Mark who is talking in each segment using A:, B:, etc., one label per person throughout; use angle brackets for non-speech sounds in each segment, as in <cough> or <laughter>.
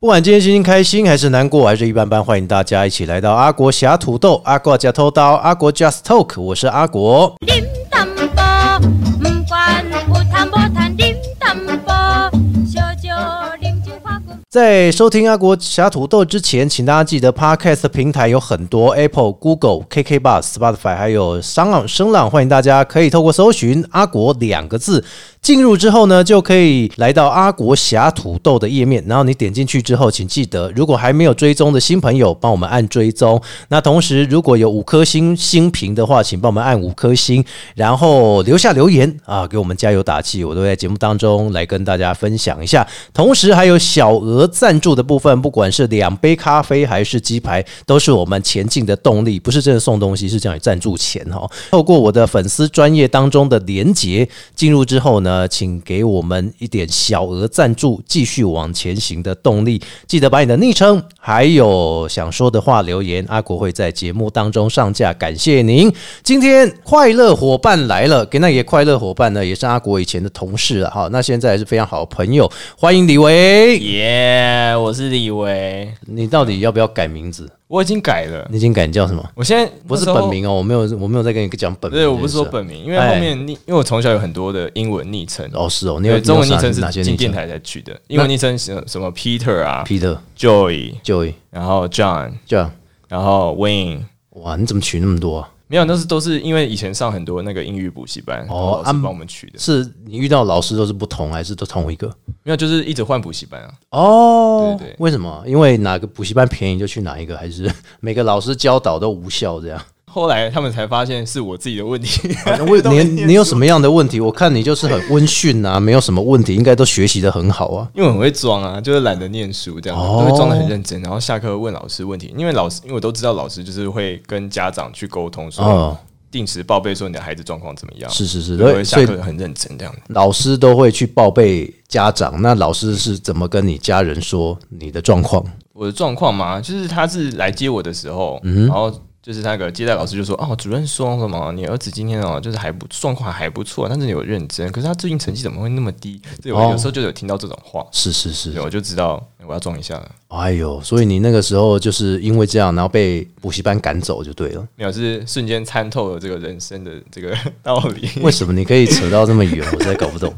A: 不管今天心情开心还是难过，还是一般般，欢迎大家一起来到阿国侠土豆、阿国加偷刀、阿国 Just Talk，我是阿国。
B: điểm tâm bò Mùm quan u tham bò than điểm tâm bò Cho cho điểm chữ hoa của
A: 在收听阿国侠土豆之前，请大家记得 Podcast 平台有很多 Apple、Google、KK Bus、Spotify，还有商浪声浪，欢迎大家可以透过搜寻“阿国”两个字进入之后呢，就可以来到阿国侠土豆的页面。然后你点进去之后，请记得，如果还没有追踪的新朋友，帮我们按追踪。那同时，如果有五颗星星评的话，请帮我们按五颗星，然后留下留言啊，给我们加油打气，我都在节目当中来跟大家分享一下。同时还有小额赞助的部分，不管是两杯咖啡还是鸡排，都是我们前进的动力，不是真的送东西，是叫你赞助钱哦。透过我的粉丝专业当中的连结进入之后呢，请给我们一点小额赞助，继续往前行的动力。记得把你的昵称还有想说的话留言，阿国会在节目当中上架。感谢您，今天快乐伙伴来了，给那也快乐伙伴呢，也是阿国以前的同事啊，哈，那现在也是非常好的朋友，欢迎李维。
C: 耶我是李维，
A: 你到底要不要改名字？
C: 我已经改了，
A: 你已经改你叫什么？
C: 我现在
A: 不是本，名哦，我没有，我没有在跟你讲本
C: 不
A: 名。
C: 是我不是说本名，因为
A: 哎
C: 后面昵，因为我从小有很多的英文昵称，
A: 哦，是哦，你
C: 因
A: 有
C: 为中文
A: 你有
C: 昵
A: 啥
C: 称
A: 哪些
C: 是
A: 昵
C: 进
A: 称
C: 电台才取的，英文昵称是什么 Peter 啊
A: ？Peter、
C: ，Joy，
A: Joey、
C: 然后 John，
A: John，
C: 然后 Wayne。
A: 哇，你怎么取那么多啊？
C: 没有，那是都是因为以前上很多那个英语补习班，
A: 哦
C: 哦，老师
A: 啊
C: 帮我们取的。
A: 是你遇到老师都是不同，还是都同一个？
C: 没有，就是一直换补习班啊。
A: 哦，
C: 对对
A: 为什么？因为哪个补习班便宜就去哪一个，还是 <laughs> 每个老师教导都无效
C: <laughs>
A: 这样？
C: 后来他们才发现是我自己的问题。
A: 为你你有什么样的问题？我看你就是很温驯啊，没有什么问题，应该都学习的很好啊。
C: 因为我很会装啊，就是懒得念书这样，
A: 哦
C: 都会装的很认真，然后下课问老师问题，因为老师，因为我都知道老师就是会跟家长去沟通，说
A: 哦，
C: 定时报备说你的孩子状况怎么样，
A: 是是是，
C: 所
A: 所
C: 以我会
A: 以
C: 下
A: 所以
C: 课很认真这样。
A: 老师都会去报备家长，那老师是怎么跟你家人说你的状况？
C: 我的状况嘛，就是他是来接我的时候，
A: 嗯
C: 然后就是那个接待老师就说，哦，主任说什么，你儿子今天哦，就是还不状况还不错，但是有认真，可是他最近成绩怎么会那么低？对我
A: 哦
C: 有时候就有听到这种话，
A: 是是是
C: 对，，我就知道我要装一下了。
A: 哎呦，所以你那个时候就是因为这样，然后被补习班赶走就对
C: <laughs>
A: 了。
C: 没有，是瞬间参透了这个人生的这个 <laughs> 道理。
A: 为什么你可以扯到这么远？我实在搞
C: <laughs>
A: 不懂，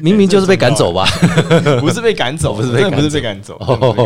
A: 明明就是被赶走吧。
C: 不是被赶走，
A: 哦不
C: 不
A: 是
C: 是
A: 被赶走
C: 被不是被赶走，真的不是被赶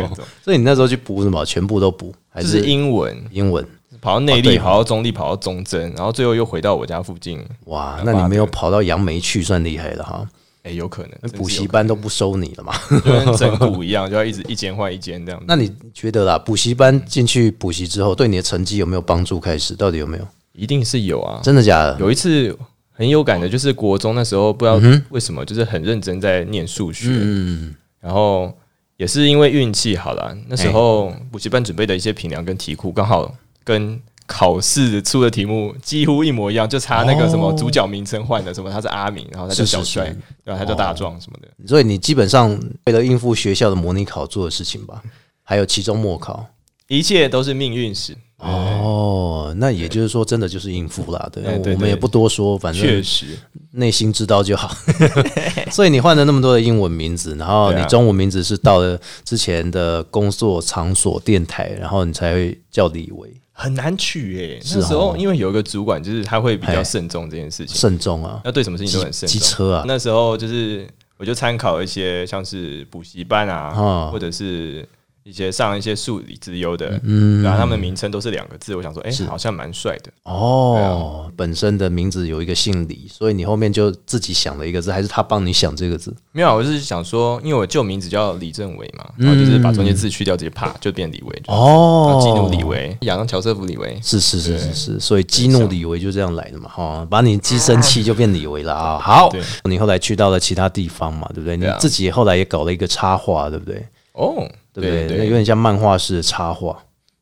A: 哦
C: 走，
A: 所以你那时候去补什么？全部都补，还
C: 就是英文
A: 英文？
C: 跑到
A: 哦
C: 内
A: 对
C: 力，跑到中立，跑到中正，然后最后又回到我家附近。
A: 哇，
C: 干
A: 那
C: 嘛
A: 你没有
C: 的
A: 跑到杨梅去，算厉害了哈。
C: 哎，有可能
A: 那
C: 真是
A: 补习
C: 有
A: 班都不收你了嘛？ <laughs>
C: 可能就跟整蛊一样，就要一直一间换一间这样子，
A: 那你觉得啦，补习班进去补习之后，对你的成绩有没有帮助？开始到底有没有？
C: 一定是有啊。
A: 真的假的？
C: 有一次很有感的，就是国中那时候不知道为什么，就是很认真在念数学，
A: 嗯，
C: 然后也是因为运气好啦，那时候
A: 哎
C: 补习班准备的一些评量跟题库刚好跟。考试出的题目几乎一模一样，就差那个什么
A: 哦
C: 主角名称换了，什么他是阿明，然后他叫
A: 是是
C: 小帅
A: 是，
C: 对吧？他叫大壮什么的。
A: 所以你基本上为了应付学校的模拟考做的事情吧，还有期中末考。
C: 一切都是命运史。
A: 哦，那也就是说，真的就是应付啦，对，
C: 哎对
A: 我们也
C: 对
A: 不多说，反正
C: 确实，
A: 内心知道就好。 <laughs> 所以你换了那么多的英文名字，然后
C: 对
A: 你
C: 啊
A: 中文名字是到了之前的工作场所电台，然后你才会叫李维，
C: 很难取诶、
A: 是哦
C: 那时候因为有一个主管，就是他会比
A: 哎
C: 较慎重这件事情，
A: 慎重啊，
C: 要对什么事情都很
A: 机
C: 呃慎
A: 机
C: 重。
A: 车啊，
C: 那时候就是我就参考一些像是补习班啊，
A: 哦
C: 或者是一些上一些数理之优的，嗯，然后他们名称都是两个字，我想说，哎、好像蛮帅的。
A: 哦，
C: 啊
A: 本身的名字有一个姓李，所以你后面就自己想了一个字，还是他帮你想这个字？
C: 没有啊，我就是想说，因为我旧名字叫李政伟嘛，然后就是把中间字去掉，直接啪就变李
A: 哦
C: 维，然后激怒李维，亚当乔瑟夫李维，
A: 是是是是是，所以激怒李维就这样来的嘛，哈、把你激生气就变李维了啊。好
C: 对，
A: 你后来去到了其他地方嘛，对不对？你
C: 对啊
A: 自己后来也搞了一个插画，对不对？
C: 哦，
A: 对不对？
C: 对
A: 那有点像漫画式的插画。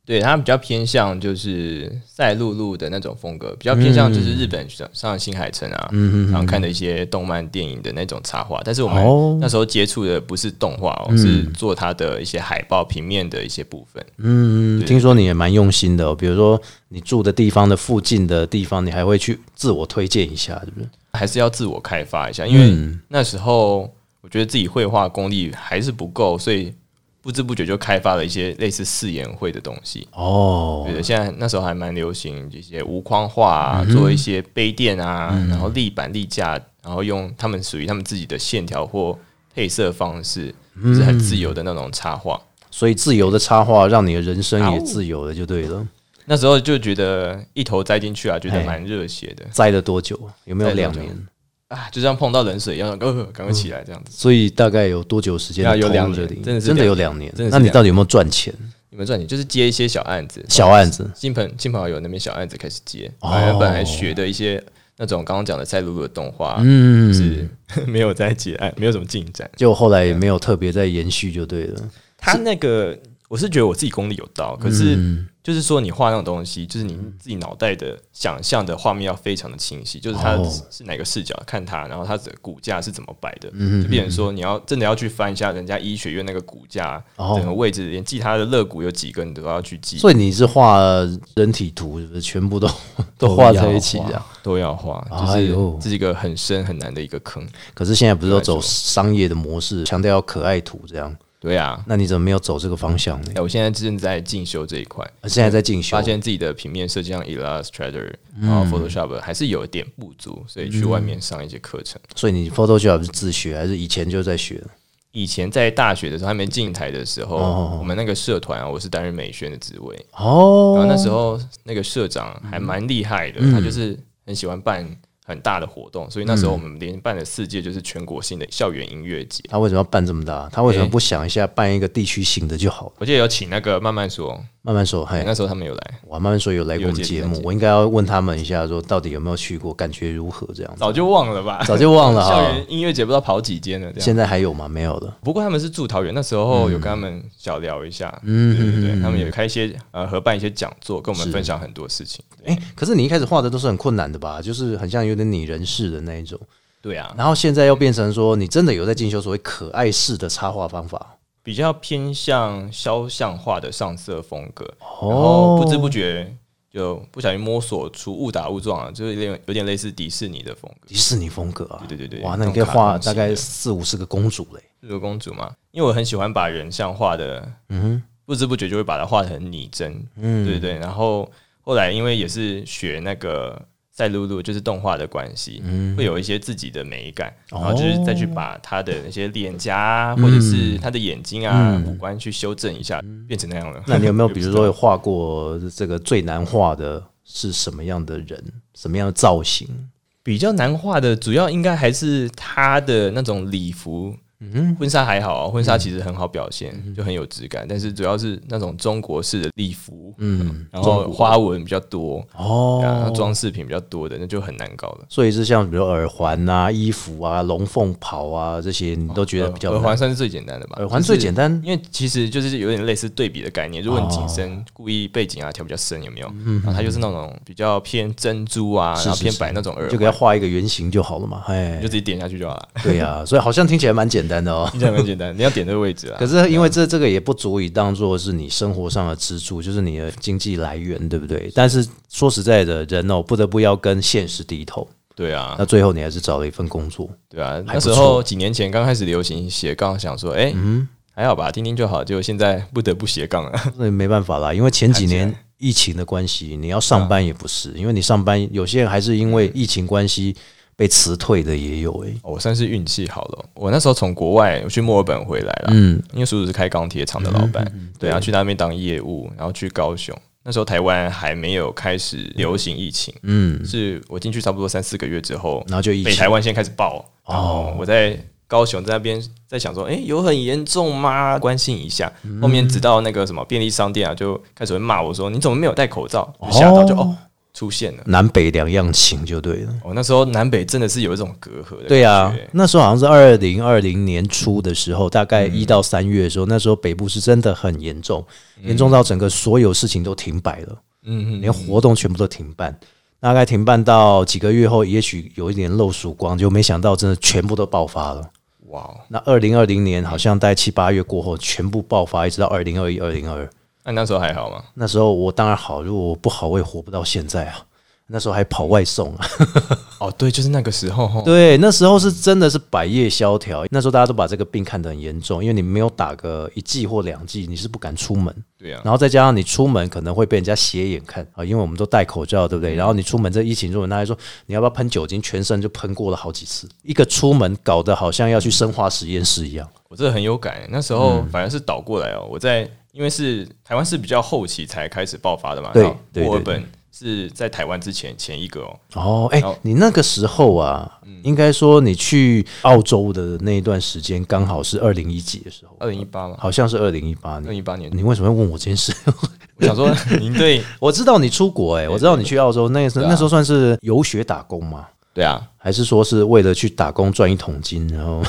C: 对，它比较偏向就是赛璐璐的那种风格，比较偏向就是日本上上新海诚啊，然后看的一些动漫电影的那种插画。但是我
A: 哦
C: 们那时候接触的不是动画、哦，是做它的一些海报、平面的一些部分。
A: 嗯，听说你也蛮用心的、哦，比如说你住的地方的附近的地方，你还会去自我推荐一下，是不是？
C: 还是要自我开发一下，因为那时候我觉得自己绘画功力还是不够，所以不知不觉就开发了一些类似誓言会的东西。
A: 哦嗯
C: 对，的，现在那时候还蛮流行一些无框画、啊，做一些杯垫啊，然后立板立架，然后用他们属于他们自己的线条或配色方式，
A: 嗯
C: 就是很自由的那种插画。
A: 所以自由的插画让你的人生也自由了，就对
C: 啊
A: 了。
C: 那时候就觉得一头栽进去啊，觉得蛮热血的
A: 栽了多久？有没有
C: 栽了
A: 两
C: 多久
A: 年？
C: 啊，就像碰到冷水一样，呃，赶快起来这样子。
A: 所以大概有多久时间
C: 啊有
A: 投入
C: 两
A: 这
C: 年
A: 里
C: 真的是
A: 真的
C: 两
A: 有两年
C: 真。的是
A: 那你
C: 两
A: 到底有没有赚钱？
C: 你们赚钱就是接一些小案子，
A: 小案子
C: 亲朋亲朋好友那边小案子开始接，
A: 哦
C: 还有本来学的一些那种刚刚讲的赛璐璐的动画，
A: 嗯
C: 是 <laughs> 没有在结案，没有什么进展。
A: 就后来也没有特别再延续，就对了。
C: 他那个我是觉得我自己功力有到，可是
A: 嗯
C: 就是说你画那种东西，就是你自己脑袋的想象的画面要非常的清晰，就是它
A: 哦
C: 是哪个视角看它，然后它的骨架是怎么摆的，
A: 嗯
C: 就变成说你要真的要去翻一下人家医学院那个骨架
A: 哦
C: 整个位置，连记它的肋骨有几根你都要去记，
A: 所以你是画人体图，是不是全部 <laughs> 都都画在一起啊？
C: 都要画，
A: 哎
C: 就是
A: 呦
C: 这是一个很深很难的一个坑。
A: 可是现在不是都走商业的模式，强调要可爱图这样？
C: 对啊，
A: 那你怎么没有走这个方向呢
C: 哎、？我现在正在进修这一块，
A: 现在在进修
C: 发，现自己的平面设计像 Illustrator，然
A: 嗯
C: 后 Photoshop 还是有一点不足，所以去外面上一些课程。
A: 所以你 Photoshop 是自学还是以前就在学？
C: 以前在大学的时候还没进台的时候，
A: 哦
C: 我们那个社团啊，我是担任美宣的职位，然
A: 哦嗯
C: 后，那时候那个社长还蛮厉害的，他就是很喜欢办很大的活动，所以那
A: 嗯
C: 时候我们连办了四届就是全国性的校园音乐节。
A: 他为什么要办这么大？他为什么
C: 哎
A: 不想一下办一个地区性的就好了？
C: 我记得有请那个慢慢说，
A: 慢慢说，嘿，
C: 那时候他们有来，
A: 哇，慢慢说有来过我们节
C: 有解
A: 目
C: 有，解
A: 我应该要问他们一下，说到底有没有去过，感觉如何这
C: <laughs>
A: 样子？
C: 早就忘了吧，
A: 早就忘了啊哦
C: 校
A: 哈，
C: 园音乐节不知道跑几间了，这样。
A: 现在还有吗？没有了。
C: 不过他们是住桃园，那时候有跟他们小聊一下，嗯，对对对，他们有开一些呃合办一些讲座，跟我们分享很多事情。
A: 哎、可是你一开始画的都是很困难的吧？就是很像有点拟人式的那一种，
C: 对啊，
A: 然后现在又变成说你真的有在进修所谓可爱式的插画方法
C: 比较偏向肖像画的上色风格，然后
A: 哦，
C: 不知不觉就不小心摸索出误打误撞啊，就是有点有点类似迪士尼的风格，
A: 迪士尼风格啊，
C: 对对对对
A: 哇，那你可以
C: 那种卡
A: 画
C: 通
A: 大
C: 型的
A: 概四五十个公主
C: <laughs>
A: 嘞，
C: 日落公主嘛，因为我很喜欢把人像画的，嗯不知不觉就会把它画得很拟真，嗯，对对。然后后来因为也是学那个赛璐璐，就是动画的关系，会有一些自己的美感，然后就是再去把她的那些脸颊啊，或者是她的眼睛啊、五官去修正一下，变成那样了。
A: 那你有没有比如说有画过这个最难画的是什么样的人，什么样的造型？
C: 比较难画的，主要应该还是她的那种礼服。
A: 嗯
C: 婚纱还好啊，婚纱其实很好表现，就很有质感。但是主要是那种中国式的礼服，
A: 嗯，
C: 然后花纹比较多，对啊然后
A: 哦，
C: 装饰品比较多的，那就很难搞了。
A: 所以是像比如耳环啊、衣服啊、龙凤袍啊这些，你都觉得比较
C: 哦耳
A: 难
C: 环呃算是最简单的吧？
A: 耳环最简
C: 单，
A: 单，哦
C: 因为其实就是有点类似对比的概念。如果你紧身，故意背景啊调比较深，有没有？然后它就是那种比较偏珍珠啊，
A: 嗯是
C: 然后
A: 是
C: 偏
A: 是
C: 摆那种耳
A: 就给它
C: 环，
A: 画一个圆形就好了嘛。哎
C: 你就，自己点下去就好了， <laughs>
A: 对呀、所以好像听起来蛮简单的哦。
C: 听起来蛮简单。你要点对位置啊
A: <laughs> 可。是因为这这个也不足以当做是你生活上的支柱，就是你的经济来源，对不对？但是说实在的，人哦不得不要跟现实低头。
C: 对啊
A: 那，最后你还是找了一份工
C: <laughs>
A: 作，
C: 对啊。
A: 还
C: 那
A: 不
C: 时
A: 错嗯
C: 候几年前刚开始流行斜杠，想说，哎，还好吧，听听就好。结果现在不得不斜杠了。
A: 那也没办法啦，因为前几
C: 看啊
A: 年疫情的关系，你要上班也不是，因为你上班有些人还是因为疫情关系被辞退的也有哎诶、
C: 哦我算是运气好了。我那时候从国外我去墨尔本回来了，
A: 嗯，
C: 因为叔叔是开钢铁厂的老板，对，然后去那边当业务，然后去高雄。那时候台湾还没有开始流行疫情，嗯，是我进去差不多三四个月之后，
A: 然后就疫
C: 北
A: 情哦
C: 台湾先开始爆，然后我在高雄在那边在想说，哎、有很严重吗？关心一下。
A: 嗯
C: 后面直到那个什么便利商店啊，就开始会骂我说，你怎么没有戴口罩？就吓到就哦出现了。
A: 南北两样情就对了。
C: 哦，那时候南北真的是有一种隔阂的感觉，
A: 对啊，那时候好像是二零二零年初的时候，大概
C: 嗯
A: 一到三月的时候，那时候北部是真的很严重，严重到整个所有事情都停摆了，
C: 嗯嗯嗯，
A: 连活动全部都停办。大概停办到几个月后，也许有一点露曙光，就没想到真的全部都爆发了。
C: 哇哦，
A: 那二零二零年好像在七八月过后全部爆发，一直到二零二一、二零二。
C: 那、你那时候还好吗？
A: 那时候我当然好，如果我不好，我也活不到现在啊。那时候还跑外送啊，
C: 哦，对，啊就是那个时候哈。
A: 对，那时候是真的是百业萧条，那时候大家都把这个病看得很严重，因为你没有打个一剂或两剂，你是不敢出门。
C: 对啊，
A: 然后再加上你出门可能会被人家斜眼看啊，因为我们都戴口罩，对不对？然后你出门这疫情入门，他还说你要不要喷酒精，全身就喷过了好几次，一个出门搞得好像要去生化实验室一样。
C: 我真的很有感、那时候反而是倒过来哦、我在因为是台湾是比较后期才开始爆发的嘛，
A: 对
C: 然后
A: 对
C: 墨尔
A: 对
C: 本是在台湾之前前一个哦、
A: 哦，哎、
C: 然后
A: 你那个时候啊，应该说你去澳洲的那一段时间，刚好是二零一几的时候，
C: 二零一八嘛，
A: 好像是二零一八
C: 二零
A: 年。
C: 一八年。
A: 你为什么会问我这件事？
C: 我想说， <laughs> 您对
A: 我知道你出国、哎，我知道你去澳洲，那时候、
C: 对啊
A: 那时候算是游学打工吗？
C: 对啊，
A: 还是说是为了去打工赚一桶金？然
C: <laughs>
A: 后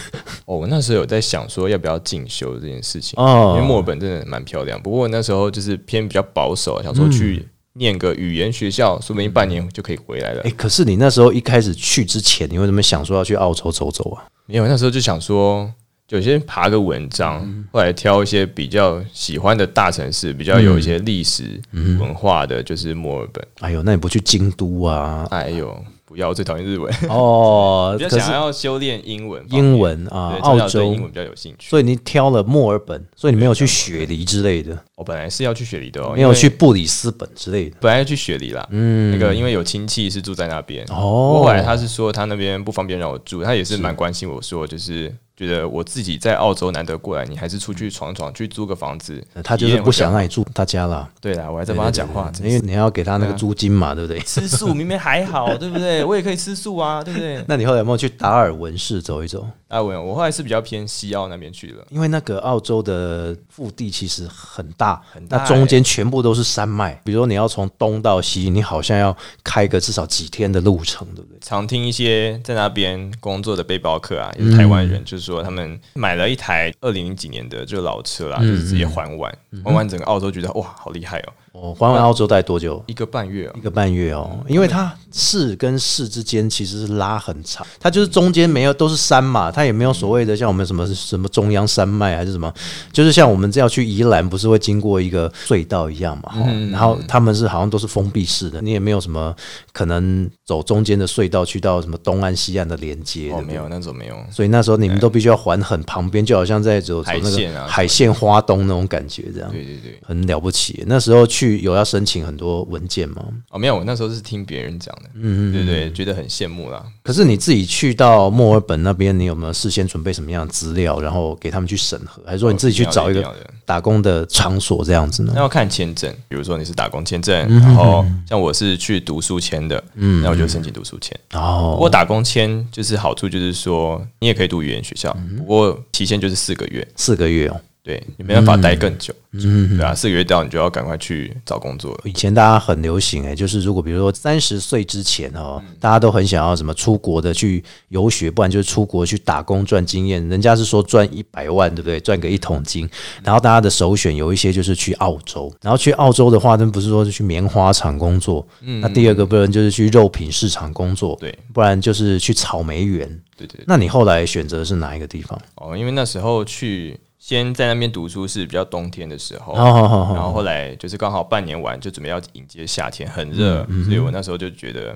C: 哦，我那时候有在想说要不要进修这件事情，
A: 哦
C: 因为墨尔本真的蛮漂亮。不过那时候就是偏比较保守，想说去念个语言学校，说不定半年就可以回来了。
A: 哎、可是你那时候一开始去之前，你为什么想说要去澳洲走走啊？
C: 没有，那时候就想说，有些爬个文章，
A: 嗯
C: 后来挑一些比较喜欢的大城市，比较有
A: 嗯
C: 一些历史文化的，就是墨尔本。？
A: 哎呦，那你不去京都啊
C: <laughs> 哎呦，不要，我最讨厌日文，
A: 哦
C: 比较，
A: 可
C: 想
A: 是
C: 要修炼英文方面，
A: 英文啊
C: 对，，
A: 澳
C: 从小对
A: 洲
C: 英，文比较有兴趣。
A: 所以你挑了墨尔本，所以你没有去雪梨之类的，
C: 我本来是要去雪梨的哦，
A: 没有
C: 因为
A: 去布里斯本之类的。
C: 本来要去雪梨啦，嗯，那个因为有亲戚是住在那边，不过后来
A: 哦，
C: 他是说他那边不方便让我住，他也是蛮关心我说，就是觉得我自己在澳洲难得过来，你还是出去闯闯，去租个房子，
A: 他就
C: 体
A: 是
C: 验
A: 不
C: 会比较
A: 想让你住他家啦，
C: 对啦，我还在帮他讲话，
A: 因为你还要给他那个
C: 对啊
A: 租金嘛，对不 <laughs> 对？
C: 吃素明明还好，对不 <laughs> 对？我也可以吃素啊，对不对？
A: 那你后来有没有去达尔文市走一走？
C: 啊，我我后来是比较偏西澳那边去了，
A: 因为那个澳洲的腹地其实很大，
C: 大
A: 那中间全部都是山脉。比如说你要从东到西，你好像要开个至少几天的路程，对不对？
C: 常听一些在那边工作的背包客啊，也
A: 嗯
C: 是台湾人，就是说他们买了一台二零零几年的就老车啦，
A: 嗯
C: 就是直接还完，还完整个澳洲，觉得哇，好厉害哦，
A: 哦，环完澳洲大概多久？
C: 一个半月哦
A: 一，个半月哦，因为它市跟市之间其实是拉很长，它就是中间没有都是山嘛，它也没有所
C: 嗯
A: 谓的像我们什么什么中央山脉啊还是什么，就是像我们这要去宜兰，不是会经过一个隧道一样嘛，哦
C: 嗯
A: 然后他们是好像都是封闭式的，你也没有什么可能走中间的隧道去到什么东岸西岸的连接，
C: 哦，
A: 对不对
C: 没有，那种没有。
A: 所以那时候你们都必须要环很旁边，就好像在走走那
C: 海
A: 个
C: 线啊
A: 海线花东那种感觉这样。
C: 对对对，
A: 很了不起，那时候去有要申请很多文件吗？
C: 哦，没有，我那时候是听别人讲的，嗯嗯，对对，觉得很羡慕啦。
A: 可是你自己去到墨尔本那边，你有没有事先准备什么样的资料，然后给他们去审核，还是哦说你自己去找一
C: 定要
A: 个
C: 的，定要的
A: 打工的场所这样子呢
C: 那？要看签证，比如说你是打工签证，
A: 嗯
C: 然后像我是去读书签的，嗯，那我就申请读书签。不
A: 哦，
C: 过打工签就是好处就是说，你也可以读语言学校，
A: 嗯
C: 不过期限就是四个月，
A: 四个月哦，
C: 对你没办法待更久，嗯，对啊，四个月到你就要赶快去找工作了。
A: 以前大家很流行诶、欸就是如果比如说三十岁之前哦，
C: 嗯
A: 大家都很想要什么出国的去游学，不然就是出国去打工赚经验。人家是说赚一百万，对不对？赚个一桶金。
C: 嗯
A: 然后大家的首选有一些就是去澳洲，然后去澳洲的话，那不是说是去棉花厂工作，那第二个不然就是去肉品市场工作，
C: 嗯对
A: 不然就是去草莓园。
C: 对对对，
A: 那你后来选择是哪一个地方？
C: 哦，因为那时候去先在那边读书是比较冬天的时候，
A: 好好好
C: 然
A: 好，
C: 后后来就是刚好半年完，就准备要迎接夏天，很
A: 嗯
C: 热，所以我那时候就觉得，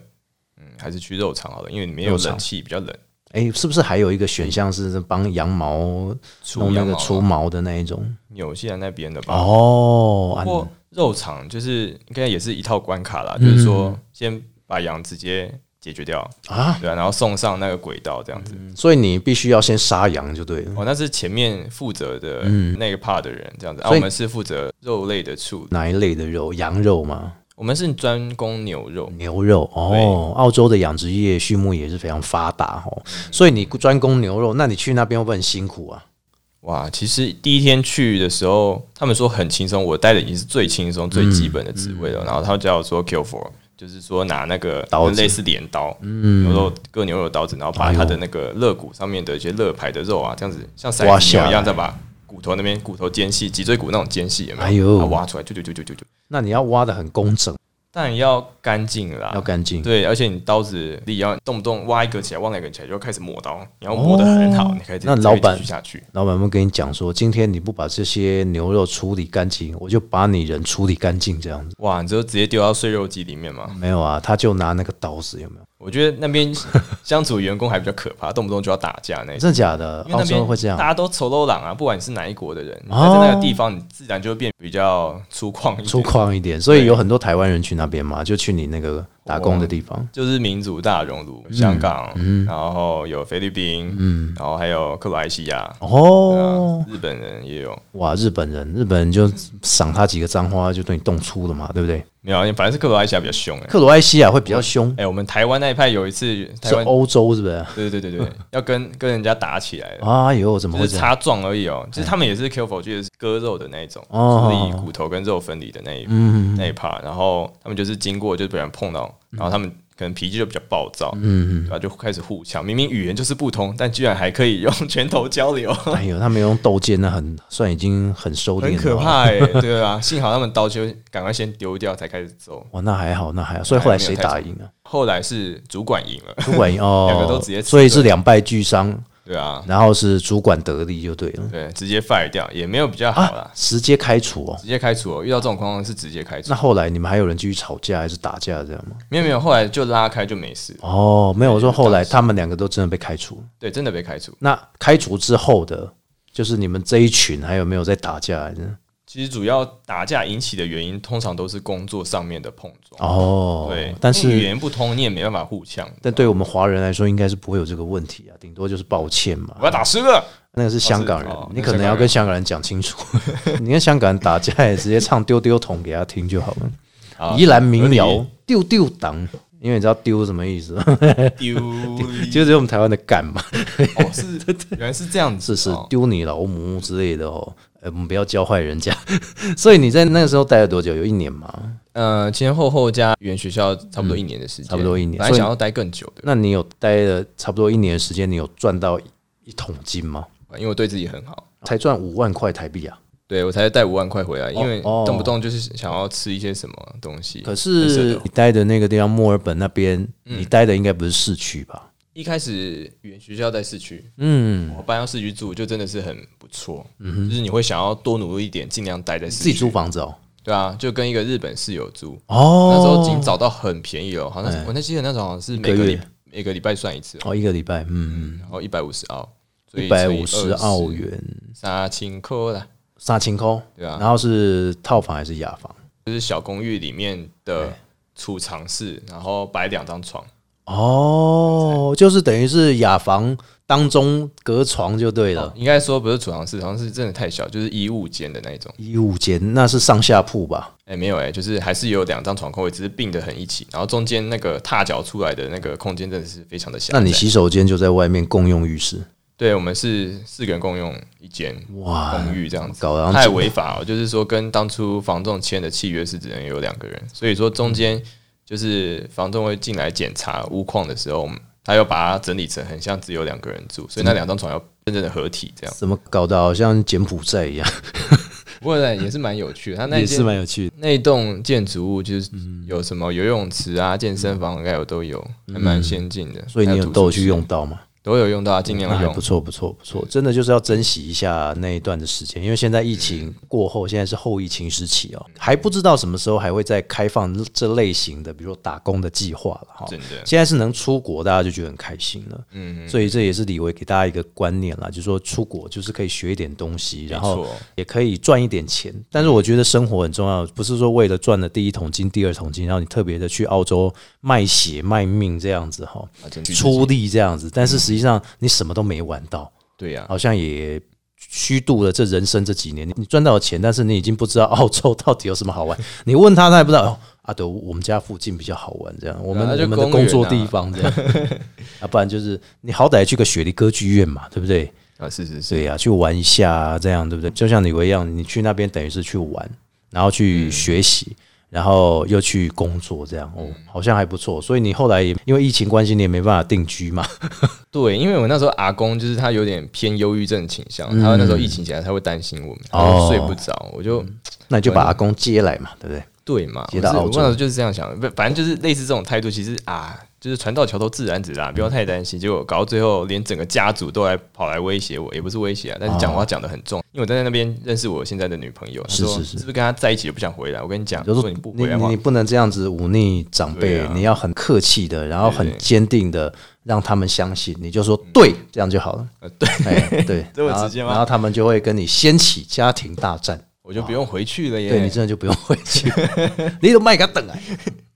C: 嗯，还是去肉场好了，因为里面有
A: 肉场
C: 冷气，比较冷，
A: 哎，是不是还有一个选项是帮羊毛
C: 除
A: 弄那
C: 羊
A: 个
C: 毛
A: 除
C: 啊
A: 毛的那一种？
C: 纽西兰那边的吧。
A: 哦，嗯
C: 啊不
A: 安
C: 过肉场就是应该也是一套关卡啦，就是说先把羊直接解决掉，
A: 啊，嗯
C: 对啊，然后送上那个轨道这样子。
A: 所以你必须要先杀羊就对了。
C: 哦，那是前面负责的那个 part 的人这样子，啊，
A: 嗯所以
C: 我们是负责肉类的处理，
A: 哪一类的肉？羊肉吗？
C: 我们是专攻牛肉。
A: 牛肉哦，澳洲的养殖业畜牧也是非常发达哦，所以你专攻牛肉，那你去那边会不会很辛苦啊？
C: 哇，其实第一天去的时候，他们说很轻松，我带的已经是最轻松、
A: 嗯
C: 最基本的职位了。然后他叫我说 kill for，就是说拿那个
A: 刀子
C: 类似镰刀，
A: 嗯
C: 牛肉割牛肉的刀子，然后把它的那个肋骨上面的一些肋排的肉啊，这样子像
A: 刮
C: 筛子
A: 下
C: 牛
A: 来
C: 一样，再把骨头那边骨头间隙、脊椎骨那种间隙有没有？
A: 哎呦
C: 把它挖出来，就就就就就就。
A: 那你要挖的很工整，
C: 当然要干净啦，
A: 要干净。
C: 啊对，而且你刀子力要动不动挖一个起来，挖两个起来，就开始磨刀，你要磨得很好，
A: 哦
C: 你可以
A: 那老板
C: 下去。
A: 老板们跟你讲说，今天你不把这些牛肉处理干净，我就把你人处理干净，这样子。
C: 哇，你就直接丢到碎肉机里面嘛？
A: 没有啊，他就拿那个刀子，有没有？
C: 我觉得那边相处员工还比较可怕，动不动就要打架那种。
A: 真的假的？
C: 因为
A: 澳
C: 那
A: 洲
C: 边
A: 哦会这样
C: 大？家都丑陋狼啊，不管你是哪一国的人，你
A: 哦
C: 待在那个地方，你自然就会变比较粗犷一点，
A: 粗犷一点，所以
C: 对
A: 有很多台湾人去那边嘛，就去你那个打工的地方。
C: 就是民族大熔炉，香港，
A: 嗯
C: 然后有菲律宾，然后还有克罗埃西亚，
A: 哦，
C: 日本人也有，
A: 哇，日本人，日本人就赏他几个脏话，就对你动粗了嘛，对不对？
C: 没有啊，反正是克罗埃西亚比较凶哎、欸。
A: 克罗埃西亚会比较凶，
C: 哎、我们台湾那一派有一次，台
A: 是哦
C: 湾
A: 欧洲是不是？
C: 对对对对对，要跟跟人家打起来了，
A: 哎呦，怎么
C: 就
A: 会
C: 是
A: 这样？
C: 擦撞而已哦。就是他们也是 Q 否，就是割肉的那一种，
A: 哎哦嗯
C: 就是以骨头跟肉分离的那一那一 part。然后他们就是经过，就被人碰到，然后他们可能脾气就比较暴躁，嗯，然后就开始互呛。明明语言就是不通，但居然还可以用拳头交流，
A: 哎呦，他们用斗剑，那很算已经很收敛了。
C: 很可怕哎、对啊，幸好他们刀就赶快先丢掉，才开始走。
A: 哇，那还好，那还好。所以后
C: 哎
A: 来谁打赢啊？
C: 后来是主管赢了，
A: 主管赢哦，
C: <laughs> 两个都直接
A: 所以是两败俱伤，
C: 对啊，
A: 然后是主管得利就对了
C: 对，直接 fire 掉也没有比较好啦
A: 啊，，直接开除哦。
C: 直接开除哦。遇到这种情况是直接开除
A: 那。后来你们还有人继续吵架还是打架这样吗？
C: 没有没有，后来就拉开就没事。
A: 哦，没有，我
C: 哎
A: 说后来他们两个都真的被开除了。
C: 对，真的被开除。
A: 那开除之后的，就是你们这一群还有没有在打架呢？
C: 其实主要打架引起的原因，通常都是工作上面的碰撞。
A: 哦，
C: 对，
A: 但
C: 因为语
A: 是
C: 言不通，你也没办法互呛。
A: 但对我们华人来说，应该是不会有这个问题啊，顶多就是抱歉嘛
C: 我。要打湿了，
A: 那个是香港人，
C: 哦是哦
A: 你可能要跟香港人讲清楚。 <laughs> 你跟香港人打架，也直接唱丢丢桶给他听就好了。
C: 好
A: 宜兰民谣
C: 啊合
A: 丢丢党，因为你知道丢什么意思吗，
C: 丢
A: <laughs>
C: 脸
A: 就是我们台湾的干嘛，
C: 哦，
A: <laughs>
C: 是原来是这样子
A: 是
C: 哦，
A: 是丢你老母之类的哦。呃，我们不要教坏人家。 <laughs> 所以你在那个时候待了多久？有一年吗？
C: 呃，前后后加语言学校差不多一年的时间，
A: 嗯差不多一年
C: 本来
A: 所以
C: 想要待更久的，
A: 那你有待了差不多一年的时间，你有赚到一一桶金吗？
C: 因为我对自己很好，
A: 才赚五万块台币啊！
C: 对我才带五万块回来，因为
A: 哦
C: 动不动就是想要吃一些什么东西。
A: 可
C: 很舍
A: 是
C: 得
A: 你待的那个地方，墨尔本那边，你待的应该不是市区吧？
C: 一开始语言学校在市区，
A: 嗯，
C: 我搬到市区住就真的是很不错，就是你会想要多努力一点，尽量待在市区
A: 自己租，房子哦。
C: 对啊，就跟一个日本室友租，
A: 哦，
C: 那时候已经找到很便宜了，好像是
A: 哎
C: 我那记得那时候好像是
A: 个
C: 每个礼
A: 月
C: 每个礼拜算一次，
A: 哦，一个礼拜，嗯，
C: 然后一百五十澳，嗯所以
A: 一百五十
C: 乘以20
A: 澳，元，
C: 啥情扣啦，
A: 三千块，
C: 对啊
A: 然后是套房还是雅房？
C: 就是小公寓里面
A: 哎
C: 的储藏室，然后摆两张床，
A: 哦，就是等于是雅房当中隔床就对了，
C: 应该说不是储藏室，好像是真的太小，就是衣物间的那一种，
A: 一五间，那是上下铺吧？
C: 哎、没有哎、就是还是有两张床空位，只是并得很一起，然后中间那个踏脚出来的那个空间真的是非常的狭窄。
A: 那你洗手间就在外面共用浴室，
C: 对我们是四个人共用一间
A: 哇，
C: 公寓这样子，
A: 搞得好像
C: 太违法了。就是说跟当初房仲签的契约是只能有两个人，所以说中间就是房仲会进来检查屋况的时候，我们他又把它整理成很像只有两个人住，所以那两张床要真正的合体这样。
A: 怎么搞得好像柬埔寨一样？
C: 不过呢也是蛮有趣的，他 <laughs> 那一
A: 也
C: 间
A: 是蛮有嗯趣的。
C: 那一栋建筑物就是有什么游泳池啊、健身房应该有都有，还蛮先进的。
A: 嗯所以你有都有去用到吗？
C: 都有用到啊，尽
A: 那
C: 量
A: 还
C: 用
A: 不。错，不错，不错，真的就是要珍惜一下那一段的时间，因为现在疫情过后，现在是后疫情时期
C: 嗯
A: 哦，还不知道什么时候还会再开放这类型的，比如说打工的计划了哈
C: 真。的，
A: 现在是能出国，大家就觉得很开心了，
C: 嗯，
A: 所以这也是李维给大家一个观念啦，就是说出国就是可以学一点东西，然后
C: 没错
A: 也可以赚一点钱。但是我觉得生活很重要，不是说为了赚了第一桶金、第二桶金，然后你特别的去澳洲卖血卖命这样子哈，
C: 啊真的
A: 出力这样子，但
C: 嗯
A: 是实际上你什么都没玩到，
C: 对呀，
A: 好像也虚度了这人生这几年。你赚到了钱，但是你已经不知道澳洲到底有什么好玩。 <laughs> 你问他，他也不知道。哦啊，对，我们家附近比较好玩，这样，我们、
C: 那就
A: 我们的
C: 公
A: 工
C: 园啊
A: 作地方这
C: <laughs>
A: 样，啊，不然就是你好歹去个雪梨歌剧院嘛，对不对？
C: 啊是是是，
A: 对呀、去玩一下、啊，这样对不对？就像李维一样，你去那边等于是去玩，然后去
C: 嗯
A: 学习，然后又去工作，这样哦，
C: 嗯
A: 好像还不错。所以你后来也因为疫情关系，你也没办法定居嘛， <laughs>
C: 对，因为我那时候阿公就是他有点偏忧郁症倾向，他那时候疫情起来他会担心我们，他
A: 嗯哦
C: 会睡不着，我就
A: 那你就把阿公接来嘛，对不对？
C: 对嘛？
A: 接到
C: 我是
A: 澳
C: 我
A: 洲
C: 那时候就是这样想的，不，反正就是类似这种态度，其实啊，就是船到桥头自然直啦，不要太担心。结果搞到最后，连整个家族都来跑来威胁我，也不是威胁啊，但是讲话讲的很重。因为我在那边认识我现在的女朋友，她
A: 哦是
C: 说
A: 是是
C: 是不是跟她在一起也不想回来？我跟你讲，
A: 就
C: 如
A: 是
C: 果
A: 说
C: 你不
A: 你
C: 回来的
A: 你
C: 话
A: 你，不能这样子忤逆长辈，
C: 对啊
A: 你要很客气的，然后
C: 对
A: 很
C: 对
A: 坚定的让他们相信，你就说对，这样就好了。
C: 呃对，
A: 哎，对，
C: <laughs> 这么
A: 然后
C: 直接吗
A: 然后他们就会跟你掀起家庭大战，
C: 我就不用回去了耶。
A: 对你真的就不用回
C: <laughs>
A: 去，你都卖给他等啊。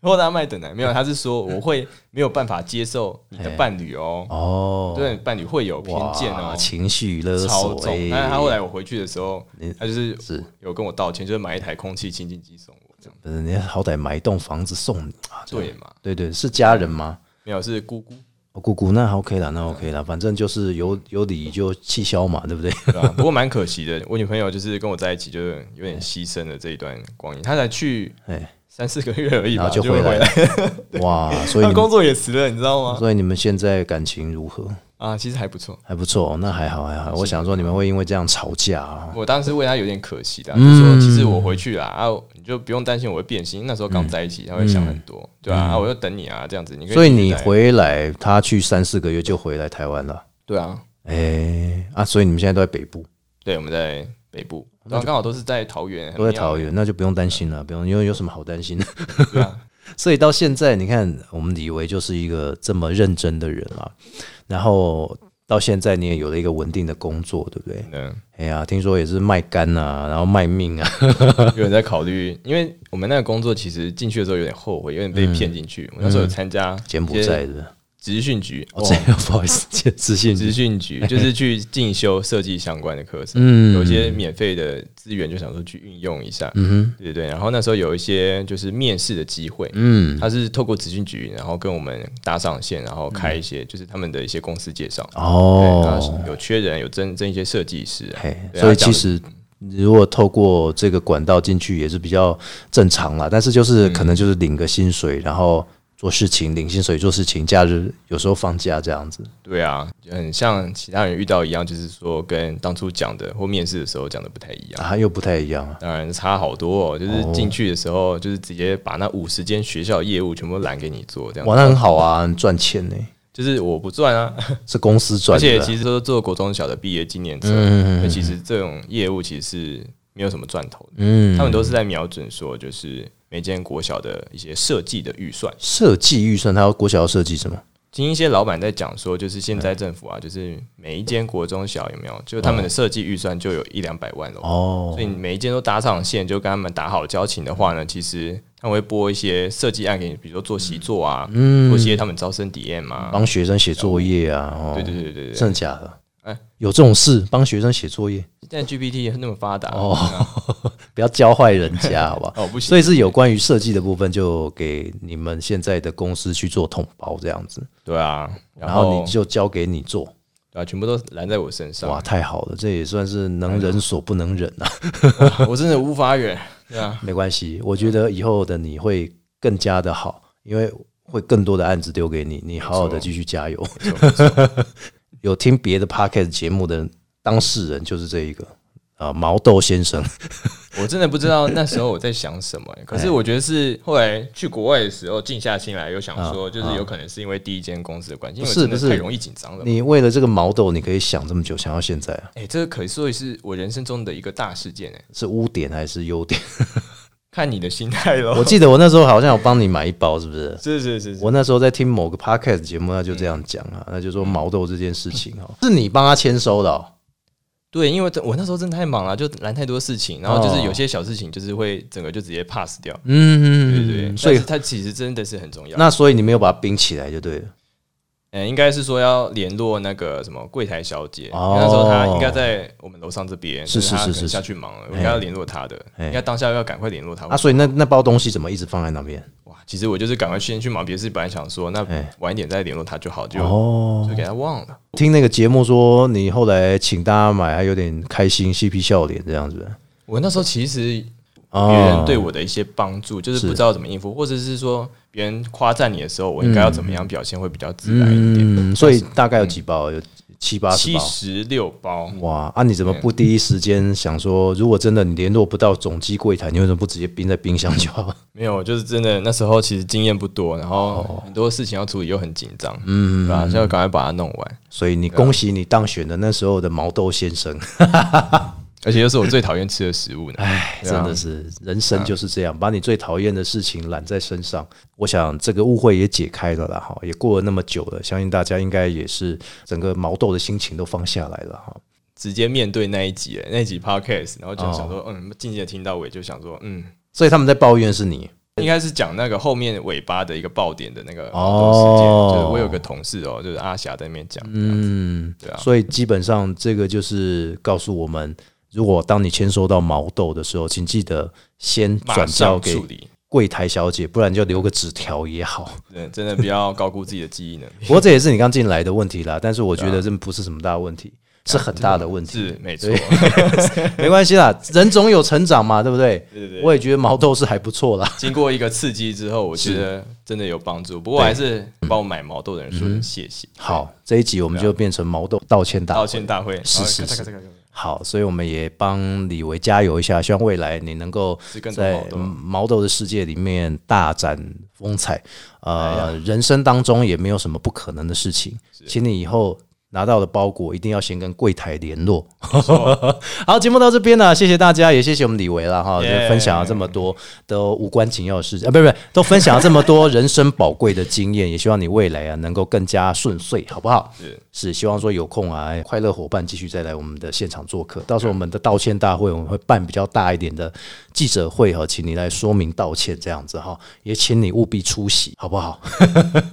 C: 或大麦等来啊没有？他是说我会没有办法接受你的伴侣哦，
A: 哦，
C: 对伴侣会有偏
A: 哇，
C: 见哦，
A: 情绪勒
C: 超
A: 索，
C: 重。
A: 哎
C: 但是他后来我回去的时候，他就是
A: 是
C: 有跟我道歉，就是买一台空气清净机送我，这样
A: 不是，你好歹买一栋房子送你啊，这样
C: 对嘛？
A: 对对，是家人吗？
C: 没有是姑姑，
A: 哦，姑姑那 OK 了，那
C: 嗯
A: OK 了，反正就是有有理就气消嘛，对
C: <laughs>
A: 不对？
C: 对吧？不过蛮可惜的，我女朋友就是跟我在一起，就是有点牺牲了这一段光阴。她才去
A: 哎，
C: 三四个月而已
A: 然
C: 吧，
A: 后就
C: 就会
A: 回来嗯
C: 回
A: 了 <laughs>
C: 来，，
A: 哇，所以
C: 她
A: 你
C: 工
A: 们
C: 作也辞了，你知道吗？
A: 所以你们现在感情如何？
C: 啊，其实还不错。
A: 还不错、哦，那还好还好。我想说你们会因为这样吵架啊？
C: 我当时为他有点可惜的，
A: 嗯
C: 就说其实我回去啦，啊，你就不用担心我会变心。那时候刚在一起，他会想很多，对啊，啊，我就等你啊，这样子，你可
A: 嗯所以
C: 继续
A: 你
C: 待
A: 回来，他去三四个月就回来台湾了。
C: 对啊，
A: 哎、啊，所以你们现在都在北部，
C: 对，我们在北部，然后刚好都是在桃园，
A: 哦都在桃
C: 园，
A: 园，那就不用担心了，不用，因为有什么好担心的？
C: 对啊，
A: <laughs> 所以到现在，你看我们李维就是一个这么认真的人啊，然后到现在你也有了一个稳定的工作，对不对？
C: 嗯，
A: 哎呀，听说也是卖肝啊，然后卖命啊，
C: 有人在考虑，因为我们那个工作其实进去的时候有点后悔，有点被骗进去。我那时候有参加
A: 嗯柬埔寨的。
C: 职训局，哦
A: 哦，这个不好意思，这资讯
C: 职
A: <laughs>
C: 训局就是去进修设计相关的课程，
A: 嗯
C: 有一些免费的资源，就想说去运用一下，
A: 嗯
C: 对对。然后那时候有一些就是面试的机会，
A: 嗯，
C: 他是透过职训局，然后跟我们搭上线，然后开一些就是他们的一些公司介绍，对，然
A: 哦
C: 后，有缺人，有征征一些设计师啊，
A: 嘿，
C: 对
A: 所以
C: 他
A: 其
C: 讲的
A: 实如果透过这个管道进去也是比较正常啦，但是
C: 嗯
A: 就是可能就是领个薪水，然后做事情，领薪水做事情，假日有时候放假这样子。
C: 对啊，就很像其他人遇到一样，就是说跟当初讲的或面试的时候讲的不太一样。
A: 啊，又不太一样啊。
C: 当然差好多哦，就是进去的时候，就是直接把那五十间学校的业务全部揽给你做，这样
A: 哇，那很好啊，很赚钱呢、
C: 就是我不赚啊，
A: 是公司
C: 而
A: 赚的啊。
C: 且其实都是做国中小的毕业纪念册，
A: 嗯嗯嗯
C: 那其实这种业务其实是没有什么赚头的，
A: 嗯，
C: 他们都是在瞄准说，就是每间国小的一些设计的预算。
A: 设计预算，他要国小要设计什么？
C: 听一些老板在讲说，就是现
A: 嗯
C: 在政府啊，就是每一间国中小有没有，就是他们的设计预算就有一两百万了。
A: 哦
C: 所以，你每一间都搭上线，就跟他们打好交情的话呢，其实他们会拨一些设计案给你，比如说做习作啊，嗯，做一些他们招生 DM 啊，
A: 帮学生写作业啊，哦，
C: 对对对对对。
A: 真的假的？
C: 哎
A: 有这种事，帮学生写作业，
C: 现在 GPT 那么发达
A: 哦
C: 哦，
A: 不要教坏人家，好吧？
C: <laughs> 哦不行，
A: 所以是有关于设计的部分，就给你们现在的公司去做统包这样子，
C: 对啊，
A: 然
C: 然
A: 后
C: 后
A: 你就交给你做，
C: 对啊，全部都拦在我身上，
A: 哇，太好了，这也算是能忍所不能忍啊。
C: <laughs> 我真的无法忍，对啊，
A: 没关系，我觉得以后的你会更加的好，因为会更多的案子丢给你，你好好的继续加油。
C: 没错没错
A: <laughs> 有听别的 podcast 节目的当事人就是这一个啊、毛豆先生，
C: 我真的不知道那时候我在想什么、欸可
A: 哎
C: 是我觉得是后来去国外的时候，静下心来有想说，就是有可能是因为第一间公司的关系，因为我
A: 啊不是
C: 真的
A: 不是
C: 太容易紧张了。
A: 你为了这个毛豆，你可以想这么久，想到现在啊，
C: 哎、这个可以说是我人生中的一个大事件哎、
A: 是污点还是优点？ <laughs>
C: 看你的心态咯。
A: 我记得我那时候好像有帮你买一包，是不是？
C: 是是是是，
A: 我那时候在听某个 podcast 节目，他就这样讲啊，那就说毛豆这件事情哦，是你帮他签收的、哦，
C: 对，因为这我那时候真的太忙了，就拦太多事情，然后就是有些小事情就是会整个就直接 pass 掉，对
A: 嗯
C: 对对。
A: 所以
C: 但是它其实真的是很重要。
A: 那所以你没有把它冰起来就对了，
C: 嗯、应该是说要联络那个什么柜台小姐，
A: 哦
C: 因为那时候她应该在我们楼上这边，
A: 是
C: 但她
A: 是是
C: 可能
A: 是
C: 下去忙了，我应该要联络她的，
A: 哎
C: 应该当下要赶快联络她。
A: 啊，所以那那包东西怎么一直放在那边？
C: 哇，其实我就是赶快先去忙别的事，本来想说那
A: 哎
C: 晚一点再联络她就好，就、
A: 哦
C: 就，给她忘了。
A: 听那个节目说你后来请大家买，还有点开心，嬉皮笑脸这样子。
C: 我那时候其实
A: 哦
C: 别人对我的一些帮助，就是
A: 是
C: 不知道怎么应付，或者是说别人夸赞你的时候，我应该要怎么样表现会比较自然一点。
A: 嗯，所以大概有几包？有七八十
C: 七
A: 包。
C: 十六包，
A: 哇，啊，你怎么不第一时间想说，如果真的你联络不到总机柜台，你为什么不直接冰在冰箱就好？
C: 没有，就是真的那时候其实经验不多，然
A: 哦
C: 后很多事情要处理又很紧张，嗯，对吧？所以要赶快把它弄完，
A: 所以你恭喜你当选了那时候的毛豆先生，
C: 而且又是我最讨厌吃的食物呢。
A: <laughs> 哎，
C: 对
A: 真
C: 啊
A: 的是人生就是这样，把你最讨厌的事情揽在身上。我想这个误会也解开了啦，哈，也过了那么久了，相信大家应该也是整个毛豆的心情都放下来了哈。
C: 直接面对那一集，欸那一集 podcast，然后就
A: 哦
C: 想说，嗯，静静的听到尾，就想说，嗯，
A: 所以他们在抱怨是你，
C: 应该是讲那个后面尾巴的一个爆点的那个
A: 哦
C: 事件，就是我有个同事哦，就是阿霞在那边讲，嗯，
A: 嗯，
C: 对啊
A: 所以基本上这个就是告诉我们，如果当你签收到毛豆的时候，请记得先
C: 马
A: 转交
C: 上
A: 给
C: 处理，
A: 柜台小姐，不然就留个纸条也好。
C: 对，真的不要高估自己的记忆能力，
A: <laughs> 不过这也是你刚进来的问题啦，但是我觉
C: 啊
A: 得这不是什么大问题，是很大的问题。
C: <laughs> 是没错，
A: <laughs> 没关系啦，人总有成长嘛，对不对？
C: 对对对
A: 我也觉得毛豆是还不错啦。
C: <laughs> 经过一个刺激之后，我觉得真的有帮助。不过还是帮我买毛豆的人说声谢谢。
A: 好，这一集我们就变成毛豆道歉大会
C: 道歉大会，
A: 是是是
C: 然后咔嚓咔嚓咔嚓咔嚓
A: 好，所以我们也帮李维加油一下，希望未来你能够
C: 是更多
A: 在
C: 毛豆
A: 嗯毛豆的世界里面大展风采。
C: 哎
A: 呃，人生当中也没有什么不可能的事情，请你以后。拿到的包裹一定要先跟柜台联络。 <laughs> 好，节目到这边啊了，谢谢大家，也谢谢我们李维了哈，就
C: Yeah
A: 分享了这么多都无关紧要的事情啊，不是不是，都分享了这么多 <laughs> 人生宝贵的经验，也希望你未来啊能够更加顺遂，好不好？
C: 是
A: 是，希望说有空啊，快乐伙伴继续再来我们的现场做客。到时候我们的道歉大会，我们会办比较大一点的记者会哈，请你来说明道歉这样子哈，也请你务必出席，好不好？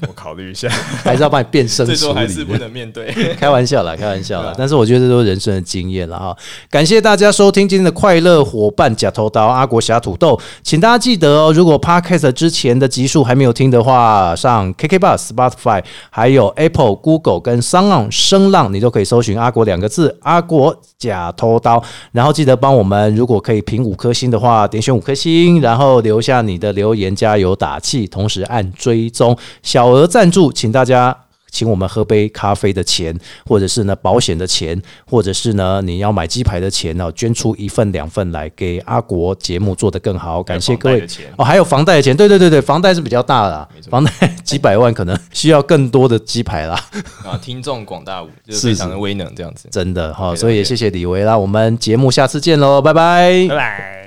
C: 我考虑一 <laughs> 下，
A: 还是要把你变身
C: 最
A: 处
C: 终还
A: 理
C: 是
A: 的
C: 不能面对。
A: <laughs> 开玩笑啦，开玩笑啦。但是我觉得这都是人生的经验了哈。感谢大家收听今天的快乐伙伴假头刀阿国侠土豆，请大家记得哦，如果 Podcast 之前的集数还没有听的话，上 KK b o x Spotify、还有 Apple、Google 跟商浪声浪，你都可以搜寻阿国两个字，阿国假头刀。然后记得帮我们，如果可以评五颗星的话，点选五颗星，然后留下你的留言，加油打气，同时按追踪小额赞助，请大家。请我们喝杯咖啡的钱，或者是呢保险的钱，或者是呢你要买鸡排的钱哦，捐出一份两份来给阿国节目做得更好。感谢各
C: 还有房贷
A: 位
C: 的钱
A: 哦，还有房贷的钱，对对对对，房贷是比较大啦，房贷几百万可能需要更多的鸡排 <laughs> 啦，
C: 啊，听众广大无，就是是非
A: 啊
C: 常的威能这样子。
A: 真的哈、哦
C: OK，OK
A: 所以也谢谢李维啦，我们节目下次见喽，拜拜
C: 拜拜。